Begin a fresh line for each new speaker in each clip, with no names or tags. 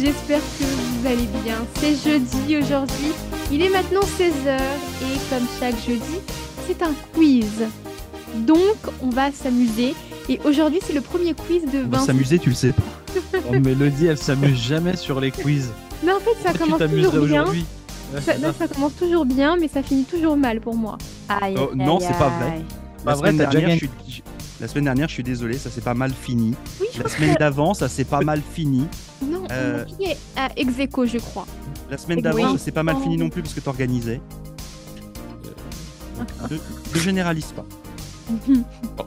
j'espère que vous allez bien. C'est jeudi aujourd'hui, il est maintenant 16h et comme chaque jeudi, c'est un quiz. Donc on va s'amuser et aujourd'hui c'est le premier quiz de
On va
20...
s'amuser, tu le sais pas.
Oh, Mélodie, elle s'amuse jamais sur les quiz.
Mais en fait ça
tu
commence
t'amuses là
toujours bien.
aujourd'hui.
Ça, non, ça commence toujours bien mais ça finit toujours mal pour moi.
Aïe,
Oh,
aïe,
non,
aïe,
c'est pas vrai.
aïe.
Pas
La
vrai,
semaine,
t'as déjà
dernière,
gagné.
je suis... je- la semaine dernière, je suis désolé, ça s'est pas mal fini.
Oui, je
La
crois
semaine d'avant, ça s'est pas mal fini.
que... Non,
euh,
on est à ex aequo, je crois.
La semaine
Oui.
d'avant, ça s'est pas mal fini non plus parce que t'organisais. Euh, Ne ne généralise pas.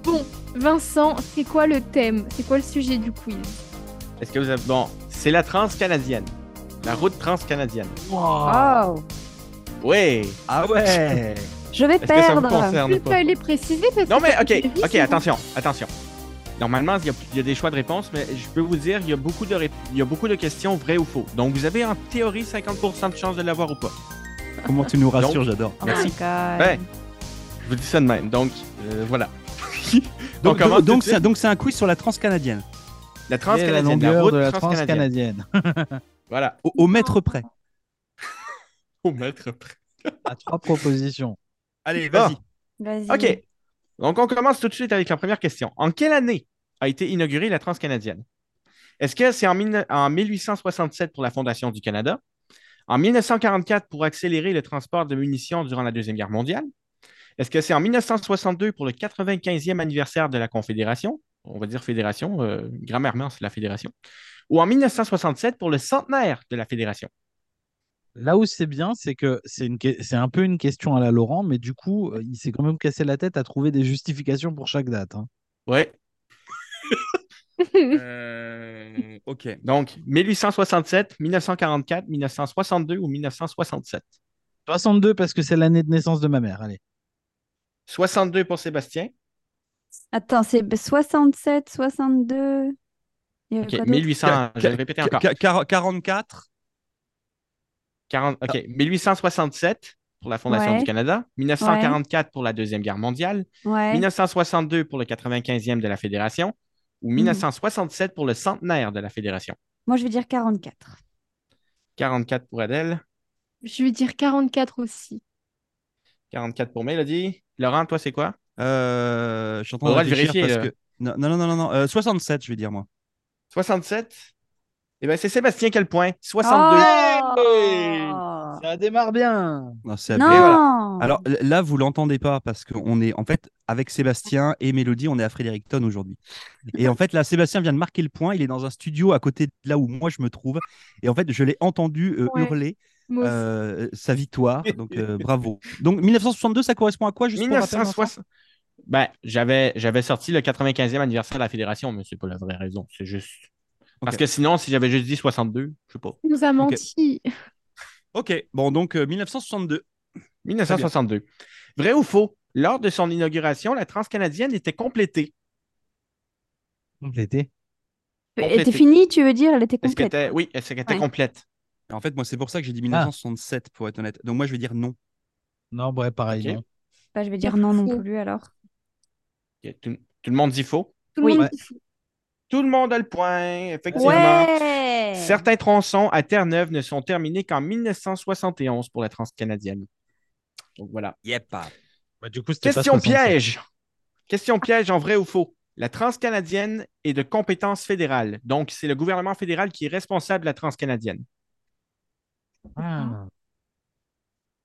bon, Vincent, c'est quoi le thème C'est quoi le sujet du quiz
Est-ce que vous avez... Bon, c'est la transcanadienne. La route transcanadienne.
Oh,
Ouais.
Ah ouais
je vais
Est-ce que ça vous
perdre.
concerne
Tu
ou
peux
pas
aller préciser parce
Non
que
mais
ça fait
ok,
difficile.
ok, attention, attention. Normalement, il y a- il y, a des choix de réponses, mais je peux vous dire, il y a beaucoup de, ré- il y a beaucoup de questions vraies ou faux. Donc, vous avez en théorie 50% de chance de l'avoir ou pas.
Comment tu nous rassures, j'adore.
Oh
Merci.
my god.
Ouais. Je vous dis ça de même. Donc, euh, voilà.
Donc, donc-
commence tout de
donc
suite.
c'est donc c'est un quiz sur la transcanadienne.
La
Quelle est la
transcanadienne, la,
longueur
route
de la
transcanadienne.
transcanadienne
Voilà.
Au, au mètre
Ah.
près.
Au mètre près.
À trois propositions.
Allez,
Bon.
vas-y.
Vas-y.
Ok. Donc, on commence tout de suite avec la première question. En quelle année a été inaugurée la Transcanadienne? Est-ce que c'est en, mille- en 1867 pour la Fondation du Canada? En 1944 pour accélérer le transport de munitions durant la Deuxième Guerre mondiale? Est-ce que c'est en 1962 pour le 95e anniversaire de la Confédération? On va dire fédération, euh, grammairement, c'est la fédération. Ou en 1967 pour le centenaire de la fédération?
Là où c'est bien, c'est que c'est une que- c'est un peu une question à la Laurent, mais du coup, euh, il s'est quand même cassé la tête à trouver des justifications pour chaque date. hein.
Ouais.
Ok.
Donc, 1867, 1944, 1962 ou 1967?
62 parce que c'est l'année de naissance de ma mère. Allez.
62 pour Sébastien.
Attends, c'est 67, 62. Il y avait
Ok,
quoi d'autre
1800. Je vais le répéter encore.
Qu- quar- 44
40 ok, 1867 pour la Fondation
Ouais.
du Canada, 1944 pour la Deuxième Guerre mondiale,
Ouais.
1962 pour le 95e de la Fédération
Hmm.
ou 1967 pour le centenaire de la Fédération.
Moi, je vais dire 44.
44 pour Adèle,
Je vais dire 44 aussi.
44 pour Mélodie. Laurent, toi, c'est quoi?
Euh, je suis en train
On
de
va le
réfléchir
vérifier,
parce
là.
que... Non, non, non, non, non. euh, 67, je vais dire, moi.
67? Eh bien, c'est Sébastien quel point. 62.
Oh.
Ça démarre bien.
Non, c'est
Non.
abusé. Alors l- là, vous l'entendez pas parce qu'on est en fait avec Sébastien et Mélodie, on est à Fredericton aujourd'hui. Et en fait, là, Sébastien vient de marquer le point. Il est dans un studio à côté de là où moi je me trouve. Et en fait, je l'ai entendu euh,
Ouais.
hurler
Moi aussi.
euh, sa victoire. Donc euh, bravo. Donc 1962, ça correspond à quoi juste pour rappel, Vincent
1960. Ben, j'avais, j'avais sorti le 95e anniversaire de la Fédération, mais c'est pas la vraie raison. C'est juste. Parce
Ok.
que sinon, si j'avais juste dit 62, je sais pas.
Il nous a menti.
Ok. Bon, donc euh, 1962.
1962. Vrai ou faux? Lors de son inauguration, la transcanadienne était complétée.
Complété.
Elle
complétée.
était finie, tu veux dire Elle était
Est-ce qu'elle
complète.
était... Oui, est-ce qu'elle était
Ouais.
complète?
En fait, moi, c'est pour ça que j'ai dit 1967 pour être honnête. Donc moi, je vais dire non.
Non, ouais, pareil.
Ok.
non.
Bah, je vais dire non non
Faux.
plus alors.
Ok, Tout, tout le monde dit faux.
Tout le
Oui.
monde
Ouais.
dit fou.
Tout le monde a le point, effectivement.
Ouais.
Certains tronçons à Terre-Neuve ne sont terminés qu'en 1971 pour la transcanadienne. Donc voilà.
Yep.
Bah, du coup, c'était pas
Question
67.
piège. Question piège en vrai ou faux. La transcanadienne est de compétence fédérale. Donc, c'est le gouvernement fédéral qui est responsable de la transcanadienne.
Ah.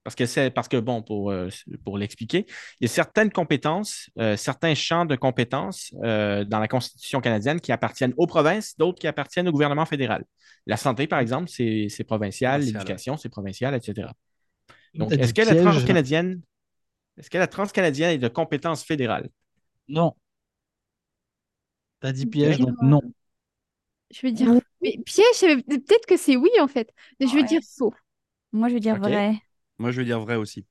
Parce que, c'est, parce que bon, pour, euh, pour l'expliquer, il y a certaines compétences, euh, certains champs de compétences euh, dans la Constitution canadienne qui appartiennent aux provinces, d'autres qui appartiennent au gouvernement fédéral. La santé, par exemple, c'est, c'est provincial,
Provincial.
l'éducation, c'est provincial, etc. Donc,
T'as dit
est-ce que, la
piège, là.
transcanadienne, est-ce que la transcanadienne est de compétence fédérale?
Non. T'as dit
Ok.
piège, donc non.
Je vais dire. Mais piège, c'est- peut-être que c'est oui en fait. Mais je vais
Ouais.
dire faux.
Moi, je vais dire
Ok.
vrai.
Moi, je vais dire vrai aussi.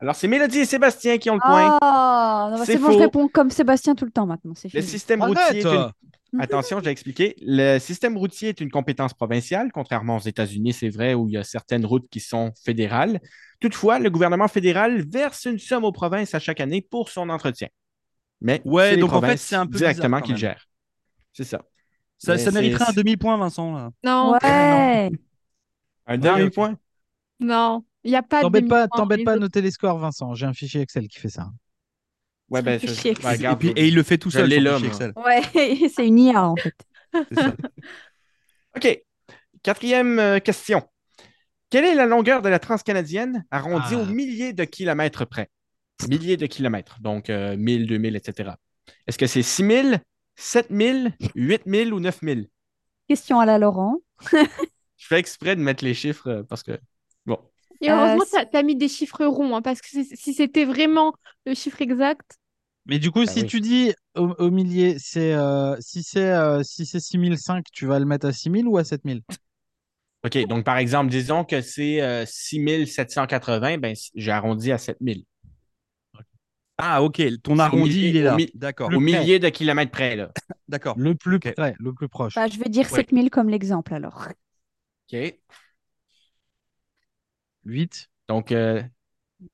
Alors, c'est Mélodie et Sébastien qui ont le point.
Oh, non, bah,
C'est
c'est bon, je
faux.
réponds comme Sébastien tout le temps maintenant. C'est
Le
Mmh.
fini.
système routier.
Arrête,
est
toi.
une- Attention, je l'ai expliqué. Le système routier est une compétence provinciale, contrairement aux États-Unis, c'est vrai, où il y a certaines routes qui sont fédérales. Toutefois, le gouvernement fédéral verse une somme aux provinces à chaque année pour son entretien. Mais
Ouais,
c'est les
donc en fait,
provinces
c'est un peu
directement
bizarre, quand
qui le
même.
gèrent. C'est ça.
Ça,
Mais
ça
c'est-
mériterait un
c'est-
demi-point, Vincent. Là.
Non,
Ouais.
Un dernier
ok.
point.
non, il n'y a pas de.
T'embête pas,
demi-point,
t'embête
les
pas à
autres.
noter les scores, Vincent. J'ai un fichier Excel qui fait ça.
Ouais, ben,
fait
je-
chier.
ouais,
et,
regarde,
puis, et il le fait tout
je
seul.
l'ai
sur
là,
fichier
moi.
Excel.
Ouais, c'est une IA en fait.
C'est ça.
OK. Quatrième euh, question. Quelle est la longueur de la transcanadienne arrondie
Ah.
aux milliers de kilomètres près? Milliers de kilomètres, donc euh, 1000, 2000, etc. Est-ce que c'est 6000, 7000, 8000 ou 9000?
Question à la Laurent.
Je fais exprès de mettre les chiffres euh, parce que, bon,
Et heureusement,
Euh,
t'as- t'as mis des chiffres ronds, hein, parce que c'est- si c'était vraiment le chiffre exact,
Mais du coup, si
oui.
tu dis au, au millier, c'est euh, si c'est euh, si c'est 6005, tu vas le mettre à 6000 ou à 7000?
OK. Donc, par exemple, disons que c'est euh, 6780, ben, c- j'ai arrondi à 7000.
Ah, ok. Ton arrondi,
millier-
il est
au
là.
mi-
D'accord.
Au
près.
millier de kilomètres près, là.
D'accord.
Le plus
Ok.
près, le plus proche.
Bah, je vais dire
Ouais.
7000 comme l'exemple alors.
OK.
8.
Donc, euh,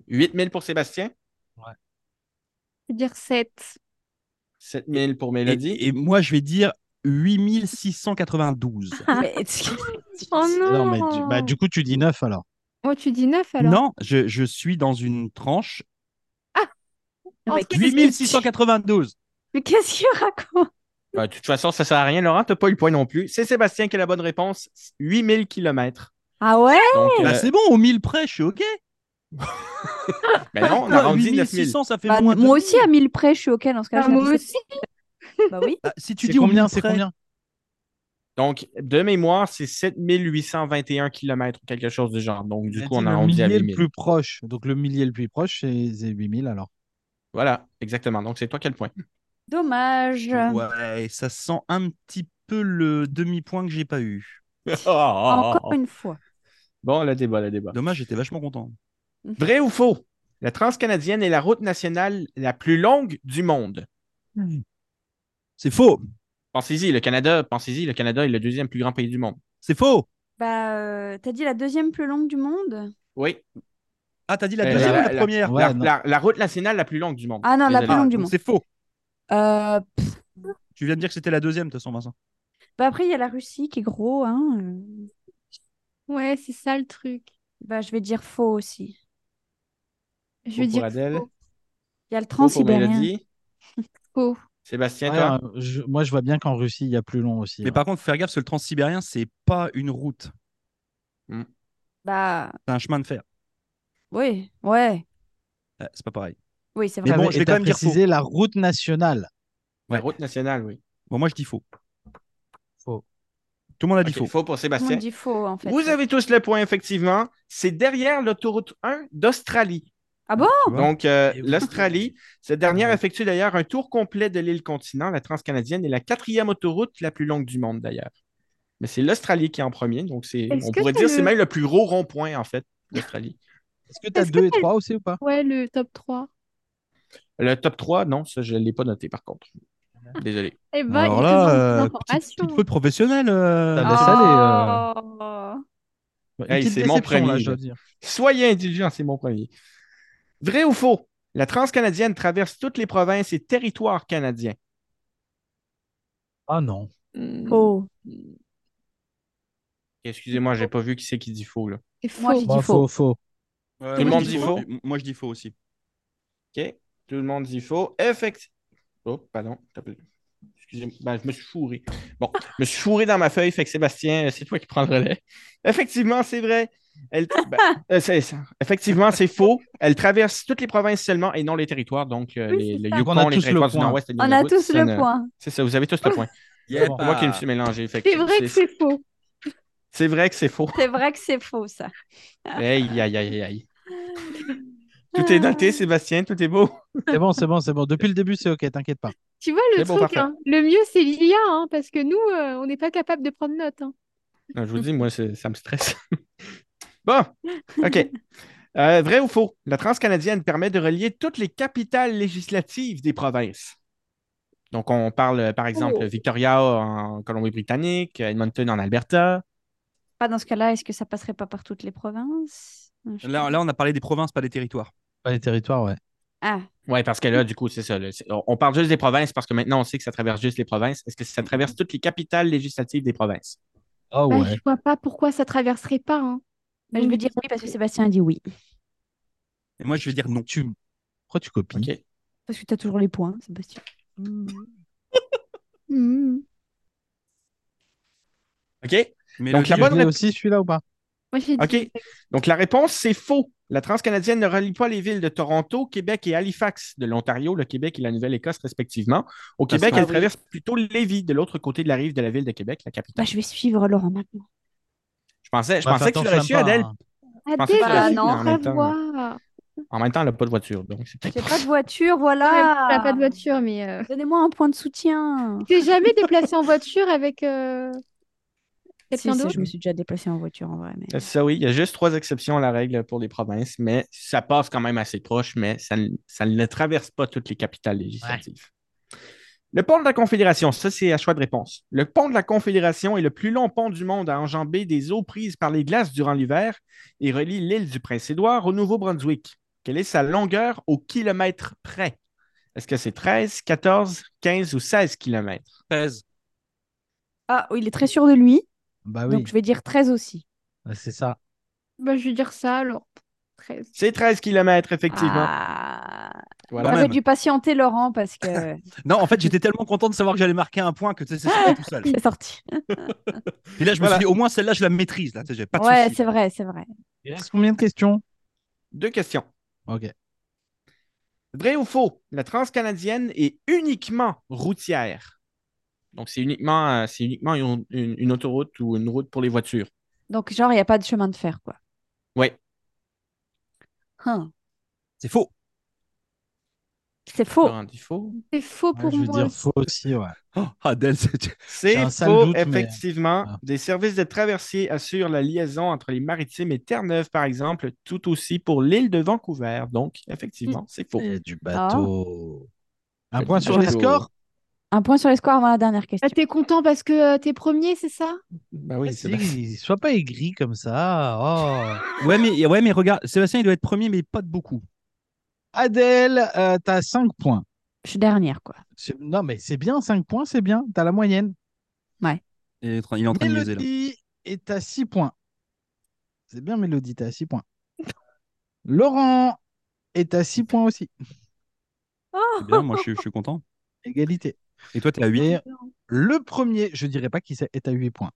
8000 pour Sébastien,
je veux dire 7.
7000 pour Mélodie.
Et, et moi, je vais dire 8692.
Mais-
Oh
Non,
non,
mais du, bah, du coup, tu dis 9 alors.
Oh, tu dis 9 alors
Ah, non, je, je suis dans une tranche.
Non, mais
Entre-
8692.
Mais qu'est-ce qu'il raconte?
Bah, de toute façon, ça sert à rien, Laurent. T'as pas eu le point non plus. C'est Sébastien qui a la bonne réponse. 8000 km.
Ah ouais?
Donc, euh,
Bah, c'est bon, au 1000 près, je suis OK.
ben non, on
Quoi,
arrondit 9000.
8600, ça fait
Bah,
moins. de
moi aussi Bah,
2000.
à 1000 près, je suis OK dans ce cas.
Ah,
je
moi
l'avais
aussi.
fait. Bah oui.
Ah, si tu
C'est
dis au
combien?
1000
C'est
près,
combien?
Donc, de mémoire, c'est 7821 km ou quelque chose du genre. Donc, du
J'ai
coup,
dit
on
le
arrondit à
millier
8000.
le plus proche. Donc le millier le plus proche, c'est c'est 8000 alors.
Voilà, exactement. Donc, c'est toi qui as le point.
Dommage.
Ouais, ça sent un petit peu le demi-point que j'ai pas eu.
Oh, oh, oh,
Encore
oh.
une fois.
Bon, le débat, le débat.
Dommage, j'étais vachement content.
Vrai ou faux? La transcanadienne est la route nationale la plus longue du monde.
C'est faux.
Pensez-y, le Canada, pensez-y, le Canada est le deuxième plus grand pays du monde.
C'est faux.
Bah, euh, t'as dit la deuxième plus longue du monde?
Oui.
Ah, t'as dit la
Euh,
deuxième
la-
ou la
la-
première
Ouais,
la,
non.
la- la route nationale la plus longue du monde.
Ah non, la
Désolé.
plus longue du
Donc,
monde.
C'est faux.
Euh, pff,
Tu viens de dire que c'était la deuxième, de toute façon, Vincent.
bah après, il y a la Russie qui est gros, hein. euh.
Ouais, c'est ça le truc.
Bah, je vais dire faux aussi.
Je veux
Pour
dire
Adèle.
faux.
Il y a le
Faux pour
transsibérien.
Mélodie.
Faux.
Sébastien,
Ouais,
toi?
euh, je- moi, je vois bien qu'en Russie, il y a plus long aussi. hein.
Mais
ouais.
par contre, faut faire gaffe, parce que le transsibérien, c'est pas une route.
Bah,
C'est un chemin de fer.
oui, ouais.
Euh, c'est pas pareil.
Oui, c'est
Mais
vrai.
bon,
T'avais-
je vais
et t'as
quand même dire
précisé la route nationale.
La
Ouais.
route nationale, oui.
Bon, moi, je dis faux.
Faux.
Tout le monde a dit
Ok,
faux.
faux pour
Tout le monde
Sébastien.
dit faux, en fait.
Vous avez tous le point, effectivement. C'est derrière l'autoroute 1 d'Australie.
Ah bon?
Tu vois
Donc, euh,
Et oui.
l'Australie, cette dernière
Ouais.
effectue d'ailleurs un tour complet de l'île-continent. La transcanadienne est la quatrième autoroute la plus longue du monde, d'ailleurs. Mais c'est l'Australie qui est en premier. Donc, c'est,
Est-ce
on
que
pourrait
c'est
dire que c'est
le-
même le plus gros rond-point, en fait, l'Australie.
Est-ce que t'as
Est-ce que
2 et
t'as-
3 aussi ou pas?
Ouais, le top 3.
Le top 3, non, ça, je ne l'ai pas noté, par contre. Désolé.
Eh ben,
Alors
il
là,
manque des
euh, petite,
informations.
petite faute professionnelle. euh,
Ah bah, ça,
Oh.
bah,
Une
Hey,
petite
c'est mon
déception, là,
premier,
je dois
là.
dire.
Soyez indulgents, c'est mon premier. Vrai ou faux? La transcanadienne traverse toutes les provinces et territoires canadiens.
Ah non.
euh,
Oh,
Faux.
Excusez-moi, j'ai pas vu qui c'est qui dit faux là.
C'est
Moi,
faux.
j'ai dit
Bah, faux,
faux.
faux.
Euh,
Tout le
moi,
monde
je
dit
dis
faux.
Moi, je dis faux aussi.
OK? Tout le monde dit faux. Effectivement. Oh, pardon. t'as pas- Excusez-moi. Ben, je me suis fourré. Bon, je me suis fourré dans ma feuille, fait que Sébastien, c'est toi qui prends le relais. Effectivement, c'est vrai. Elle... ben, euh, c'est ça. Effectivement, c'est faux. Elle traverse toutes les provinces seulement et non les territoires. Donc, euh,
Oui,
les,
c'est
le
ça.
Yukon,
On a
les
tous le
territoires du
point.
Nord-Ouest et du
On a
Nord-Ouest,
tous
ça
le
ne-
point.
C'est ça, vous avez tous le point.
Yeah.
C'est moi qui
bah.
me suis mélangé. fait que
C'est vrai que c'est faux.
C'est vrai que c'est faux.
C'est vrai que c'est faux, ça.
Aïe, aïe, aïe, aïe. Tout est noté, Sébastien, tout est beau.
C'est bon, c'est bon, c'est bon. Depuis le début, c'est OK, t'inquiète pas.
Tu vois le
C'est bon,
truc,
parfait.
hein. Le mieux, c'est l'IA, hein, parce que nous, euh, on n'est pas capable de prendre note. hein.
Non, je vous dis, moi, c'est- ça me stresse. bon, OK. Euh, vrai ou faux? La transcanadienne permet de relier toutes les capitales législatives des provinces. Donc, on parle, euh, par exemple,
Oh.
Victoria en Colombie-Britannique, Edmonton en Alberta.
Pas dans ce cas-là, est-ce que ça passerait pas par toutes les provinces? Je sais
Là,
pas.
là, on a parlé des provinces, pas des territoires.
Pas les territoires, ouais.
Ah,
Oui, parce que là, du coup, c'est ça. là, c'est- on on parle juste des provinces parce que maintenant, on sait que ça traverse juste les provinces. Est-ce que ça
Mm.
traverse toutes les capitales législatives des provinces?
Ah
Bah,
ouais.
je vois pas pourquoi ça traverserait pas. hein.
bah, je veux dire oui parce que Sébastien a dit oui.
Et moi, je vais dire non.
Tu... Pourquoi tu copies
OK.
Parce que tu as toujours les points, Sébastien.
Hmm.
OK?
Mais
Donc,
le-
la
Tu
bonne
l'as
réponse-
aussi celui-là ou pas
Moi, j'ai dit.
OK. Donc, la réponse, c'est faux. La transcanadienne ne relie pas les villes de Toronto, Québec et Halifax de l'Ontario, le Québec et la Nouvelle-Écosse, respectivement. Au
Parce
Québec,
que-
elle traverse plutôt Lévis, de l'autre côté de la rive de la ville de Québec, la
Bah,
capitale.
je vais suivre Laurent maintenant.
Je pensais, je
Bah,
pensais
fais
que tu
attention
l'aurais
à pas,
su, Adèle.
hein.
Ah,
pensais
déjà,
que
t'avais
j'ai
Bah, non,
cru
en
même temps,
savoir.
En même temps, elle n'a pas de voiture. Donc, c'est
J'ai
peut-être
pas de voiture, voilà.
Elle a pas de voiture, mais. euh,
Donnez-moi un point de soutien.
T'es jamais déplacé en voiture avec euh, quelqu'un
Si, si,
d'autre
je me suis déjà déplacée en voiture en vrai. Mais...
Euh, Ça, oui, il y a juste trois exceptions à la règle pour les provinces, mais ça passe quand même assez proche, mais ça, ne- ça ne traverse pas toutes les capitales législatives. Le pont de la Confédération, ça, c'est à choix de réponse. Le pont de la Confédération est le plus long pont du monde à enjamber des eaux prises par les glaces durant l'hiver et relie l'île du Prince-Édouard au Nouveau-Brunswick. Quelle est sa longueur au kilomètre près? Est-ce que c'est 13, 14, 15 ou 16 kilomètres?
13.
Ah, oui, il est très sûr de lui.
Bah oui,
Donc je vais dire 13 aussi.
bah, c'est ça.
Bah, je vais dire ça alors. 13.
C'est 13 kilomètres, effectivement.
Ah,
Voilà.
Quand
J'aurais
même.
dû patienter Laurent parce que
Non, en fait, j'étais tellement content de savoir que j'allais marquer un point que tu sais, c'est sorti tout seul.
c'est sorti.
Et là, je me
Voilà.
suis dit, au moins celle-là, je la maîtrise. Là, tu sais, j'ai pas de
Ouais,
soucis.
c'est vrai, c'est vrai.
Il reste combien de questions
Deux questions.
Ok.
Vrai ou faux, la transcanadienne est uniquement routière. Donc, c'est uniquement, euh, c'est uniquement une, une- une autoroute ou une route pour les voitures.
Donc genre, il n'y a pas de chemin de fer, quoi.
Ouais.
Hein,
C'est faux.
C'est faux.
Laurent dit faux.
C'est faux
Ouais,
pour
je veux
moi.
dire
aussi.
faux aussi, ouais.
Oh, Adèle, c'est-
J'ai
C'est
un sale
faux,
doute, mais-
effectivement.
Ah.
Des services de traversier assurent la liaison entre les maritimes et Terre-Neuve, par exemple, tout aussi pour l'île de Vancouver. Donc, effectivement, c'est faux.
Et du bateau. Un point
Du
sur les
bateau.
scores
Un point sur les scores avant la dernière question.
Ah, t'es content parce que euh, t'es premier, c'est ça
Ben oui, c'est bien.
Vas-y, Sois pas aigri comme ça. Oh.
ouais, mais, ouais, mais regarde, Sébastien, il doit être premier, mais pas de beaucoup.
Adèle, euh, t'as 5 points.
Je suis dernière, quoi.
C'est- Non, mais c'est bien, 5 points, c'est bien. T'as la moyenne.
Il est en train- il est en train de baiser, là.
Mélodie, et t'as 6 points. C'est bien, Mélodie, t'as 6 points. Laurent, et t'as 6 points aussi.
C'est bien, moi, je, suis- je suis content.
Égalité.
Et toi, t'es à 8.
Et le premier, je dirais pas qui c'est, est à 8 points.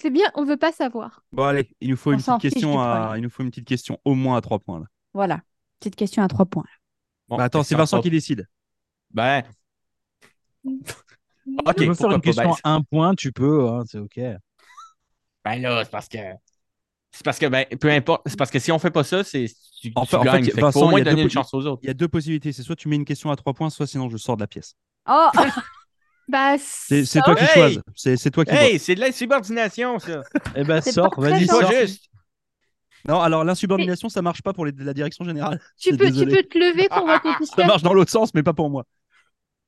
C'est bien, on veut pas savoir.
Bon, allez, il nous faut
On
une
s'en
petite
fiche du
question à...
premier.
il nous faut une petite question au moins à 3 points. Là.
Voilà. Petite question à trois points.
Bon,
Ben,
Bah, attends, c'est Vincent
pas-
qui décide.
Ben. Ok,
tu veux faire une
pourquoi pas, ben,
question à 1 point, tu peux, hein, c'est OK.
Ben là, c'est parce que. C'est parce que, ben, peu importe. C'est parce que si on fait pas ça, c'est. Tu,
En
tu
fait- en
gagnes.
fait,
Fait qu'il faut
Vincent,
au moins
il y a
donner
deux
une
po-
chance aux autres.
Il y a deux possibilités. C'est soit tu mets une question à 3 points, soit sinon je sors de la pièce.
Oh,
Bah,
C'est c'est
ça-
toi qui
Hey
choisis. C'est c'est toi qui vois.
Hey, c'est de l'insubordination, ça.
Eh ben,
C'est
sors,
pas très
vas-y,
C'est
gentil.
sors.
pas juste.
Non, alors l'insubordination, ça marche pas pour les- la direction générale.
tu,
c'est
peux, tu
désolé.
peux te lever qu'on va te
Ça
pister.
marche dans l'autre sens, mais pas pour moi.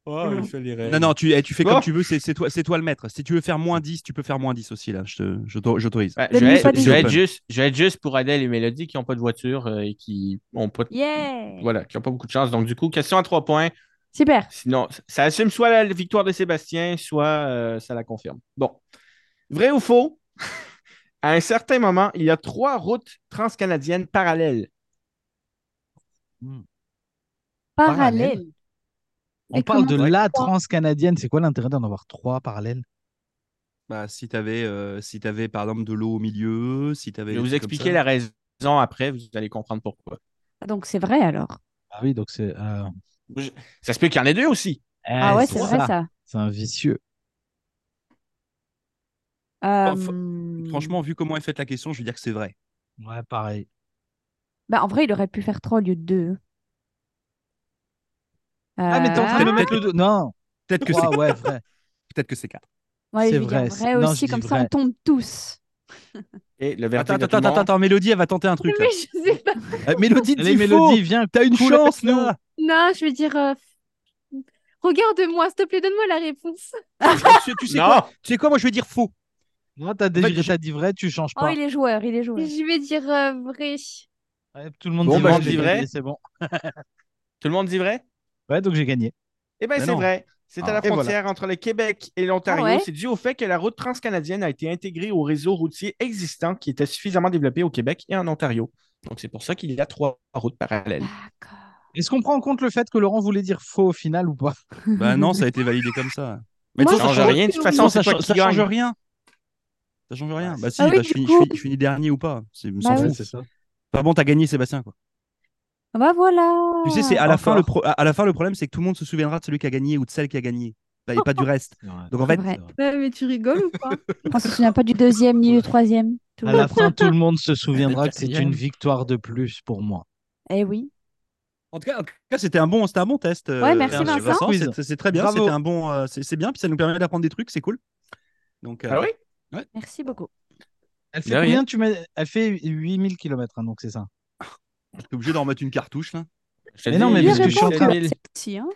il fait les règles.
Non, non, tu, eh, tu fais
Bon.
comme tu veux, c'est c'est toi, c'est toi le maître. Si tu veux faire moins 10, tu peux faire moins 10 aussi, là. Je te- je t'au- J'autorise.
Ouais,
Le
je, vais,
micro
je vais
est
être
open.
juste, je vais être juste pour Adèle et Mélodie qui n'ont pas de voiture euh, et qui n'ont pas, de-
yeah!
voilà, qui ont pas beaucoup de chance. Donc, du coup, question à trois points.
Super.
Sinon, ça assume soit la victoire de Sébastien, soit euh, ça la confirme. Bon. Vrai ou faux? à un certain moment, il y a trois routes transcanadiennes parallèles.
Parallèle.
Parallèle. On
Et
parle de
comment-
la
Trois.
transcanadienne. C'est quoi l'intérêt d'en avoir trois parallèles
Bah, si t'avais, euh, si t'avais, par exemple, de l'eau au milieu, si
Je
t'avais.
vais
des
vous
trucs comme
expliquer
ça.
la raison après, vous allez comprendre pourquoi.
Ah, Donc c'est vrai alors.
Ah oui, donc c'est. euh,
Ça se peut qu'il y en ait deux aussi.
Ah ouais,
eh,
c'est vrai ça.
C'est un vicieux.
Euh,
Franchement, vu comment est faite la question, je veux dire que c'est vrai.
Ouais, pareil.
bah, en vrai, il aurait pu faire trois au lieu de deux. hein.
Ah, mais t'es en train de
Ah.
me mettre le dos. Non,
Peut-être que c'est
trois, ouais, vrai.
peut-être que c'est 4.
Euh, Ouais,
C'est
je vais dire
vrai, c'est-
vrai
non, je
aussi,
dis
comme ça
vrai.
on tombe tous.
Et le
Attends,
verdict de
attends,
tout le
attends,
monde-
attends, Mélodie, elle va tenter un truc. là.
Mais je sais pas.
Euh, Mélodie,
Allez,
dis
Mélodie,
faux.
viens.
T'as une
Cool avec
chance,
nous.
là.
Non, je vais dire. euh, Regarde-moi, s'il te plaît, donne-moi la réponse.
tu, tu sais
Non!
quoi Tu sais quoi Moi, je vais dire faux.
Moi, t'as
En fait,
dit,
je-
t'as dit vrai, tu changes
Oh,
pas.
il est joueur, il est joueur.
Je vais dire euh, vrai.
Ouais, tout le monde
Bon,
dit
bah,
vrai,
je
j'ai
dis vrai.
gagné, C'est bon.
Tout le monde dit vrai?
Ouais, donc j'ai gagné.
Eh bien,
Ben
c'est
non.
vrai. C'est à
Ah.
la
Et voilà.
frontière entre le Québec et l'Ontario.
Ah ouais?
C'est dû au fait que la route transcanadienne a été intégrée au réseau routier existant qui était suffisamment développé au Québec et en Ontario. Donc, c'est pour ça qu'il y a trois routes parallèles.
Ah,
D'accord.
Est-ce qu'on prend en compte le fait que Laurent voulait dire faux au final ou pas
Bah non, ça a été validé comme ça. de
ça
Moi,
toute façon,
change
ça
rien. De toute façon,
Non,
c'est
ça,
pas
cha-
qui
ça change
gagne.
rien. Ça change rien. Bah si,
Ah oui,
bah,
du
je, finis,
coup.
je finis- je finis dernier ou pas. C'est on s'en
Bah oui.
fout.
ça.
Pas bon, t'as gagné Sébastien. Quoi.
Bah voilà.
tu sais, c'est à la fin
encore.
le pro- à- à la fin le problème, c'est que tout le monde se souviendra de celui qui a gagné ou de celle qui a gagné. Bah, et pas du reste. Donc en fait,
vrai.
Ouais, mais tu rigoles ou pas
On se souvient pas du deuxième ni du troisième. Tout
À
le
la
monde.
fin, tout le monde se souviendra que c'est
Quatrième.
une victoire de plus pour moi.
Eh oui.
en tout cas, en tout cas, c'était un bon, c'était un bon test. euh,
Ouais, merci,
euh,
Vincent.
c'est- C'est c'est très bien.
Bravo.
C'était un bon, euh, c'est c'est bien. Puis ça nous permet d'apprendre des trucs. C'est cool. Donc euh,
Ah oui?
Merci beaucoup.
Elle fait
De rien.
combien tu m'as... Elle fait 8000 km, hein, donc c'est ça.
t'es obligé d'en remettre une cartouche là.
Je te
Mais non,
dis,
mais
il y a
parce que je suis en
sept
train-
mille.
Si, hein.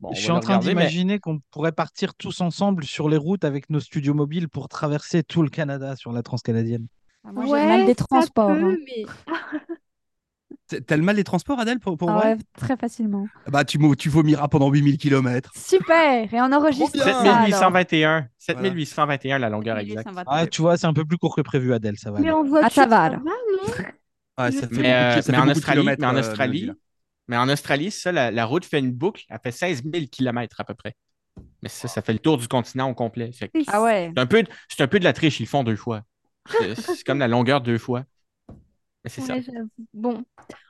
Bon, on
je
va
suis en
le
train
regarder, mais-
d'imaginer qu'on pourrait partir tous ensemble sur les routes avec nos studios mobiles pour traverser tout le Canada sur la transcanadienne.
Ah, Moi, j'ai le mal des
ça
transports. hein.
peut, mais
T'as- T'as le mal des transports, Adèle, pour, pour
Ah
vrai
ouais, très facilement.
Bah tu, mo- tu vomiras pendant 8000 km.
Super. Et on enregistre
bien.
ça alors.
7821. 7821, la longueur exacte.
Ah, tu vois, c'est un peu plus court que prévu, Adèle, ça va.
Mais
aller.
en voiture,
Ah, ça va, alors.
non
Ouais, ça fait beaucoup de-
Mais, euh,
ça fait
mais en
beaucoup de
Australie,
kilomètres,
mais en
euh,
Australie,
Melville.
mais en Australie, ça, la, la route fait une boucle, elle fait 16 000 km à peu près. Mais ça, ça fait le tour du continent au complet. Fait que
Ah ouais.
C'est un, peu de- c'est un peu de la triche, ils le font deux fois. C'est- C'est comme la longueur deux fois. Mais c'est ça.
Ouais, j'avoue. Bon.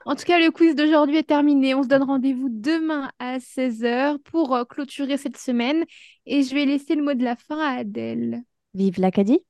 En tout cas, le quiz d'aujourd'hui est terminé. On se donne rendez-vous demain à 16h pour euh, clôturer cette semaine. Et je vais laisser le mot de la fin à Adèle.
Vive l'Acadie.